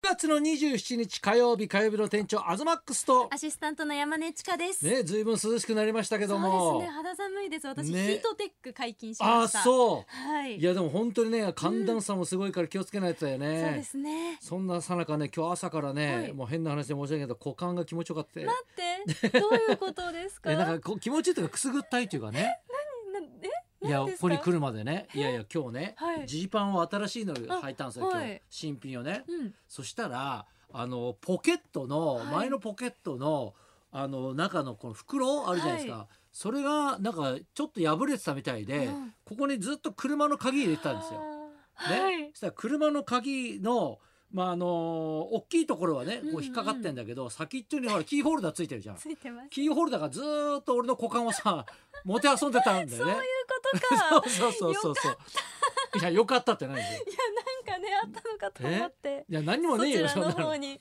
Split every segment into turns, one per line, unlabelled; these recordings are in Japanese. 月の27日火曜日火曜日の店長アズマックスと
アシスタントの山根千佳です。
ねずいぶん涼しくなりましたけど
そう
も、
ですね、肌寒いです。私、
ね
ヒートテック解禁し
あ
ま
あ
した。
そう
はい。
いやでも本当にね寒暖差もすごいから気をつけないとだよね、
そうですね。
そんなさなかね今日朝からね、
はい
もう変な話で申し訳ないけど股間が気持ちよかった
待って、どういうことですか。
えなんかこう気持ちいいというかくすぐったいというかね
なえ
いや
何
こ
です
こ
か
に来るまでねいやいや今日ね
はい
ジー、パンを新しいのを履いたんですよ
あ
今日、
はい
新品をね
うん。
そしたらあのポケットの、
はい
前のポケットのあの中のこの袋あるじゃないですか、
は
それがなんかちょっと破れてたみたいで、
うん
ここにずっと車の鍵入れてたんですよ。ね
あーはい。
そしたら車の鍵のまああの大きいところはね
うん
こう
う
ん引っかかってんだけど、先っちょにほらキーホルダーついてるじゃん。
つい てます。
キーホルダーがずーっと俺の股間を さもてあそんでたんだよね。
そういうことか。い
そうそうそうそう。いやよかったってないですよ。
や、なんかね、あったのかと思って。
いや何も
そ
ねえ
ち
よ
らの
そんな
方
の。
に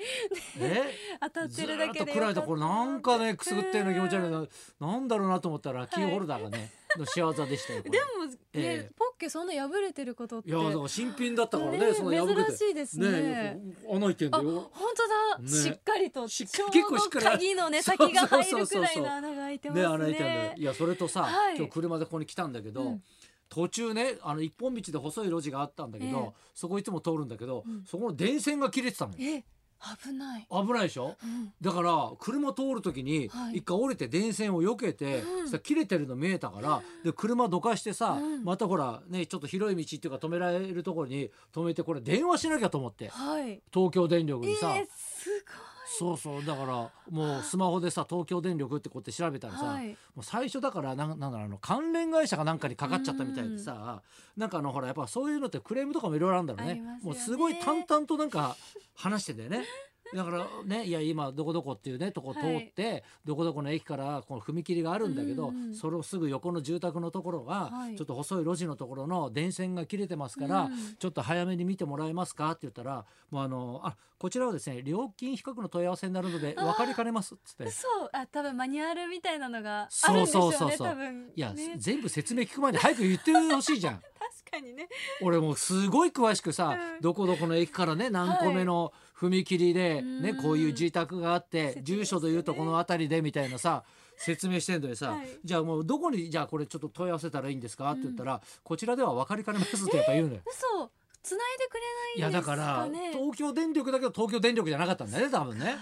え
当たっ
ず
てる
ー
だ
っ
け
と
で。
暗いところなんかねくすぐってるの気持ち悪い
うん
ななんだろうなと思ったらキーホルダーがね、の仕業でしたよこれ
でも、ね、
ええ
ポッケそんな破れてることって。
いやだから新品だったからね
ね
その破けて
珍しいですね
ねえ穴開いてんだ
あ、
よ
本当だ、
ね
しっかりと
しっ
ちょう
結構しっか
ど
り
鍵のね
そう
先が入
そう
る
そ
く
う
ら
そ
いの
う
穴が開いてます
ね
ね。
穴開いてんだよいやそれとさ、
はい
今日車でここに来たんだけど、
うん
途中ねあの一本道で細い路地があったんだけど、
ええ
そこいつも通るんだけど、
うん
そこの電線が切れてたのよ
え、危ない。
危ないでしょ
うん
だから車通る時に
はい
一回折れて電線を避けて、
うん
そしたら切れてるの見えたからで車どかしてさ、
うん
またほらねちょっと広い道っていうか止められるところに止めてこれ電話しなきゃと思って
はい。
東京電力
え
にさ、
ー、す
そうそうだからもうスマホでさ東京電力ってこうやって調べた
ごい。
らさ、
はい。
もう最初だからなんなんだろうあの関連会社かなんかにかかっちゃったみたいでさ、なんかあのほらやっぱそういうのってクレームとかもいろいろあるんだろうね
ありますよね
もうすごい淡々となんか話してんだよね。だからねいや今どこどこっていうねとこ通って、どこどこの駅からこの踏切があるんだけど、
うんうん
それをすぐ横の住宅のところが、
はい
ちょっと細い路地のところの電線が切れてますから、
うん
ちょっと早めに見てもらえますかって言ったらもうあのあこちらはですね料金比較の問い合わせになるので分かりかねますっつって。
そう、あ、多分マニュアルみたいなのがあるんでしょうね。
そうそうそうそう
多分。
いや、
ね、
全部説明聞く前に早く言ってほしい じゃん
確かにね。
俺もうすごい詳しくさ、
うん
どこどこの駅からね何個目の踏切で、ね
うん
こういう住宅があって、
説明
住
してね
所で言うとこの辺りでみたいなさ説明してんのにさ、
はい
じゃあもうどこにじゃあこれちょっと問い合わせたらいいんですかって言ったら、こちらでは分かりかねますってやっぱ言うのよ。
嘘、繋いでく
い
れ
や
な いんで
だ
すか
か
ね。
ら東京電力だけど東京電力じゃなかったん だよね多分ね。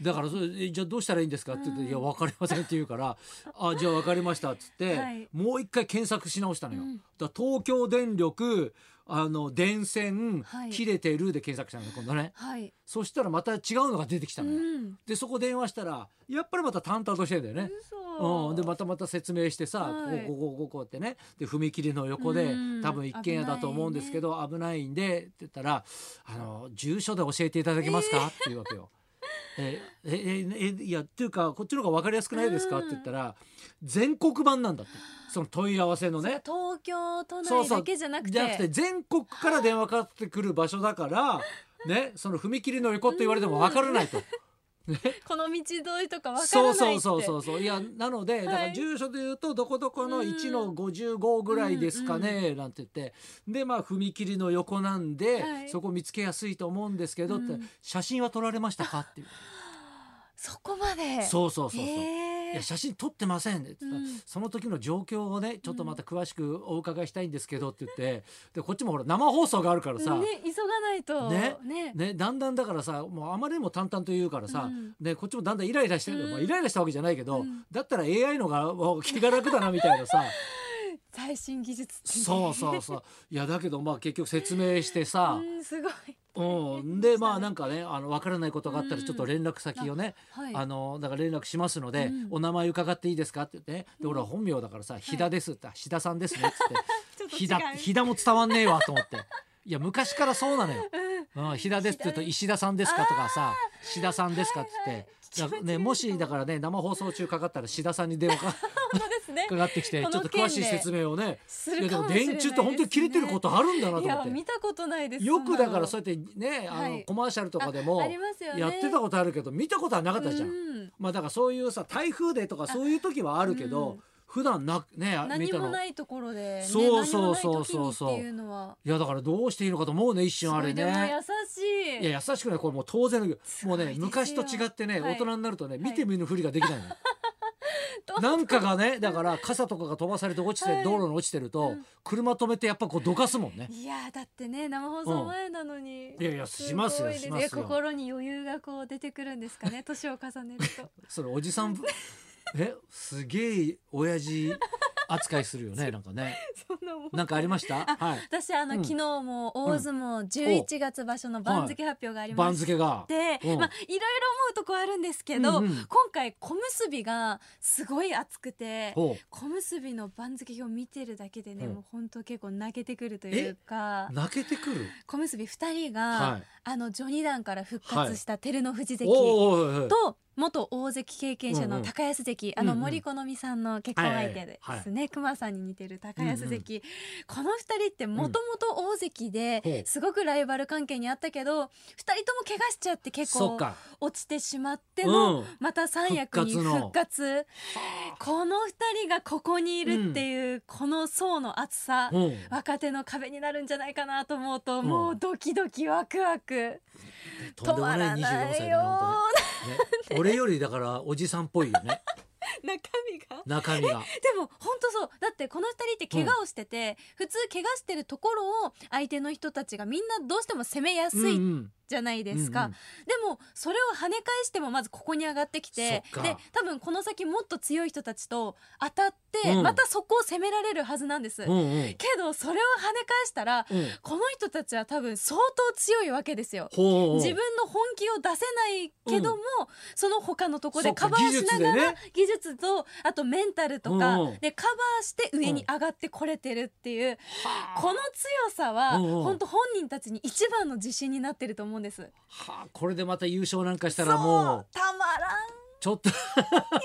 だからそれえじゃあどうしたらいいんですかって言って「
うん
いや分かりません」って言うから「あじゃあ分かりました」っつって、
はい
もう一回検索し直したのよ。
うん
だから東京電力あの電線、
はい
切れてるで検索したのよ今度ね。
はい。
そしたらまた違うのが出てきた
う
のよ。
ん。
でそこ電話したらやっぱりまた淡々としてんだよね。
嘘。
うん、でまたまた説明してさ、
はい
こここここうってねで踏切の横で
うん
多分一軒家だと思うんですけど危ない,、んでって言ったら「あの住所で教えていただけますかって言うわけよ。ええええいやっていうかこっちの方が分かりやすくないですか?」って言ったら全国版なんだってその問い合わせのね。
東京都
そう
内
そう
だけじゃなくて。
じゃなくて全国から電話かかってくる場所だ から、ね、その踏切の横って言われても分からないと。
この道沿いとかわから
そ
な
う
いって。
そうそうそうそういやなので、だか
は
ら
い
住所で言うとどこどこの
うん
1の55ぐらいですかね、なんて言ってでまあ踏切の横なんで、
はい
そこ見つけやすいと思うんですけどって、
うん
写真は撮られましたかっていう
そこまで。
そうそうそうそう、
へ
い
え
や写真撮ってませんねって言ったら、
うん
その時の状況をねちょっとまた詳しくお伺いしたいんですけどって言ってでこっちもほら生放送があるからさ、
ね、急がないと。
ね
ね。
ね、だんだんだからさもうあまりにも淡々と言うからさ、
うん
ね、こっちもだんだんイライラしてる、
うん
まあ、イライラしたわけじゃないけど、
うん
だったら AI のがもう気が楽だなみたいなさ
最新技術ってね。
そうそうそういやだけどまあ結局説明してさ
う、ん、すごい。
うん、でまあなんかねあの分からないことがあったら
うん
ちょっと連絡先をね、
はい。
あのだから連絡しますので、
うん
お名前伺っていいですかって言ってねで俺は本名だからさ「飛田です」って「飛田さんですね」っつって
ちょっと
ひ
違
だ
う。
ひだも伝わんねえわと思って。いや昔からそうなのよ。うん、ひだですって言うと石田さんですかとかさ、志田さんですかって言って。だからね、もしだからね、生放送中かかったら、志田さんに電話か、
本当ですね
か。かってきて、ち
こ
ょ
の
っと詳しい説明をね。
す
いや
る
でも
かもしれない
電
です、
柱
ね。
って本当に切れてることあるんだなと
い
思
や、
っ
見たことないで
て。
す。
よくだから、そううやってね、あ
は
の
い
コマーシャルとかでも
ああ。りますよね
やってたことあるけど、見たことはなかったじゃん。
ん。
まあだからそういうさ台風でとかそういう時はあるけど、普段なね見
何
た
も
の
ないところで、ね、
そう
何も
そう
ない
そう
時
そ
に
う
っ
そう
ていうのはい
やだからどうしていいのかと思うね一瞬あれ
すごいでも
ね。
優しい
いや優しくないこれもう当然の
す
もう
ごいですよ
ね昔と違ってね、
は
大
い
人になるとね
い
見て見ぬふりができない の、
どう
なんかがねだから傘とかが飛ばされて落ちて、
はい
道路に落ちてると、
うん
車止めてやっぱこうどかすもんね。
いやーだってね生放送前なのに、
いやいやします
ご
よ
いです
し
ね
ますよ。
心に余裕がこう出てくるんですか ね年を重ねると
それおじさんえすげえ親父扱いするよねなんかね。
そんな思う
なんかありました？はい。
私あの、
うん
昨日も大相撲11月場所の番付発表がありま
番
し
付が。
て、
うん
まあいろいろ思うとこあるんですけど、
うんうん
今回小結びがすごい熱くて
ほう
小結びの番付表見てるだけでね、
うん
もう本当結構泣けてくるというか
泣けてくる。
小結び2人が、
はい。
あの序二段から復活した照ノ富士関、
おーおーおー
と元大関経験者の高安
う
関、
ん
あの森好美さんの結婚相手で
はいはい
す
は
ね熊、さんに似てる高安関、この二人ってもともと大関
ほう
ですごくライバル関係にあったけど二人とも怪我しちゃって結
そっ
構
か。
落ちてしまっての、
うん。
また三役に
復活の
復活この二人がここにいるっていう、この層の厚さ、
うん。
若手の壁になるんじゃないかなと思うと、
うん
もうドキドキワクワク
とん
止
でもな
まら
い二十
な
四
い
歳
よ
だね本当ねね。俺よりだからおじさんっぽいよね
中身が
中身 が。
でも本当そうだってこの二人って怪我をしてて、普通怪我してるところを相手の人たちがみんなどうしても攻めやすい
ん
じゃないですか、
うんうん
でもそれを跳ね返してもまずここに上がってきて
そっか
で多分この先もっと強い人たちと当たって、
うん
またそこを攻められるはずなんです、
うんうん
けどそれを跳ね返したら
うん。
この人たちは多分相当強いわけですよ
ほう。
自分の本気を出せないけども、その他のところでカバーし
そうか
なが
技術で
ら
ね
技術とあとメンタルとか、
うんうん
でカバーして上に上がってこれてるっていう、この強さは
うんうん
本当、本人たちに一番の自信になってると思うんです。
はあこれでまた優勝なんかしたらもう
たまらん、
ちょっと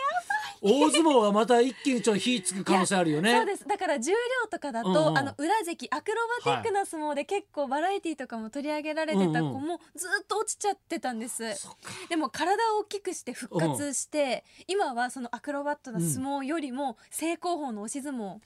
大相撲はまた一気にちょっと火つく可能性あるよね。
そうですだから重量とかだと、
うんうん
あの裏関アクロバティックな相撲で結構バラエティとかも取り上げられてた子もずっと落ちちゃってたんです。
そっか
でも体を大きくして復活して、今はそのアクロバットな相撲よりも正攻法の押し相撲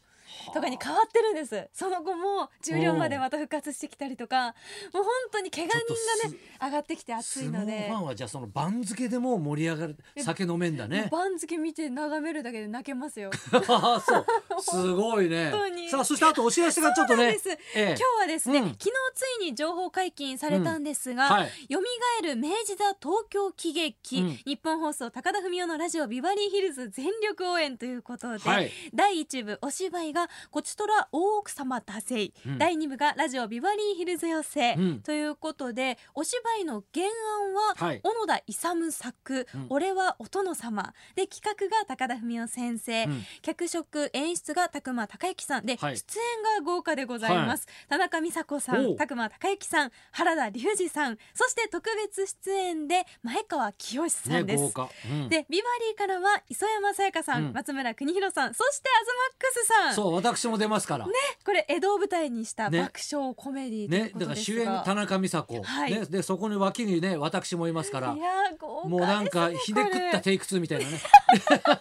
とかに変わってるんですその後も重量までまた復活してきたりとかもう本当に怪我人がね
ちょっとす
上がってきて熱いの
相撲
で
ファンはじゃあその番付でもう盛り上がる
え
酒飲めんだね。
番付見て眺めるだけで泣けますよ
ああ そうすごいね
本当に
さあそしてあとお知らせがちょっと
そうなん
ね
です
ええ
今日はですね、
うん
昨日ついに情報解禁されたんですが、
はい
蘇る明治座東京喜劇、
うん
日本放送高田文夫のラジオビバリーヒルズ全力応援ということで、
はい
第1部お芝居がこちとら大奥様だぜい、
うん
第2部がラジオビバリーヒルズ寄せ、
うん
ということでお芝居の原案は
はい
小野田勇作、
うん
俺はお殿様で企画が高田文夫先生、
うん
脚色演出が宅間孝之さんで、
はい
出演が豪華でございます、田中美佐子さ
お
ん
う
宅間孝之さん原田龍二さんそして特別出演で前川清さ
ね
んです、
豪華、うん
でビバリーからは磯山さやかさ
う
ん、
ん
松村邦弘さんそしてアズマックスさん
そう私も出ますからね
これ江戸を舞台にした
ね
爆笑コメディというこ
だ
と
から
です
主
が、
演田中美佐子、
はい
ねでそこの脇にね私もいますから
いやー豪華ですね
もうなんかひねくった
これ
テイク2みたいなね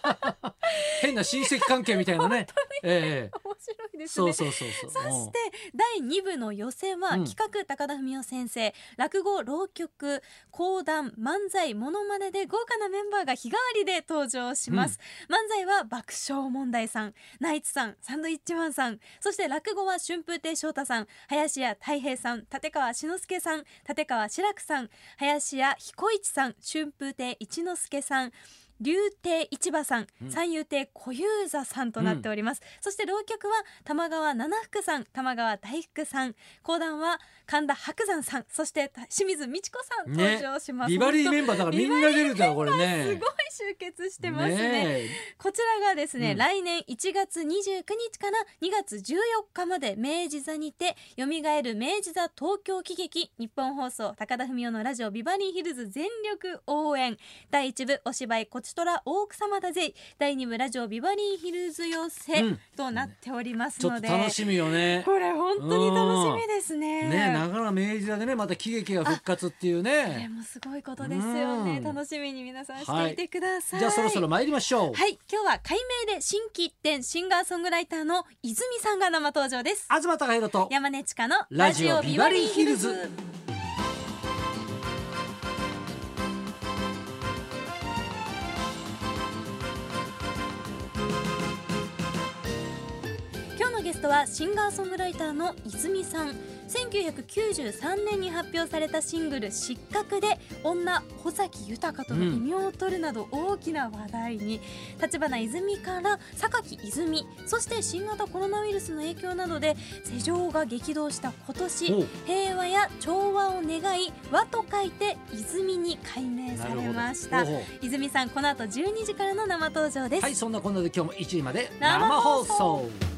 変な親戚関係みたいな ねええ
面白いです
そ
ね
うそうそうそう
そして第2部の予選は
うん
企画高田文夫先生、落語浪曲講談漫才モノマネで豪華なメンバーが日替わりで登場します、漫才は爆笑問題さんナイツさんサンドイッチマンさんそして落語は春風亭昇太さん林家たい平さん立川志の輔さん立川志らくさん林家彦一さん春風亭一之輔さん竜亭市場さん、
ん
三遊亭小遊三さんとなっております、そして浪曲は玉川七福さん玉川大福さん講談は神田伯山さんそして清水美智子さん登
ね
場します、
ビバリー
本
メンバーだからみんな出るんだよこれね
当すごい集結してますね
ね
こちらがですね、
うん
来年1月29日から2月14日まで明治座にて蘇る明治座東京喜劇日本放送高田文夫のラジオビバリーヒルズ全力応援第1部お芝居こちシトラ大草間だぜい第2部ラジオビバリーヒルズ寄せ
うん
となっております
ちょっ
の
と
で、
楽しみよね
これ本当に楽しみですね。
ね長良明治座でねまた喜劇が復活っていう
これ
ね
もすごいことですよ
う
ね。
ん
楽しみに皆さんしていてください。
じゃあそろそろ参りましょう、
はい、今日は解明で新規一点シンガーソングライターの泉さんが生登場です。
東貴博と
山根千佳の
ラジオビバリーヒルズ
今日のゲストはシンガーソングライターの泉さん1993年に発表されたシングル「失格」で女穂崎豊との異名を取るなど大きな話題に、立花泉から榊泉そして新型コロナウイルスの影響などで世情が激動した今年
おう
平和や調和を願い和と書いて泉に改名されました
おう
泉さんこの後12時からの生登場です、
はいそんなこんなで今日も1時まで
生
生
放
放
送
送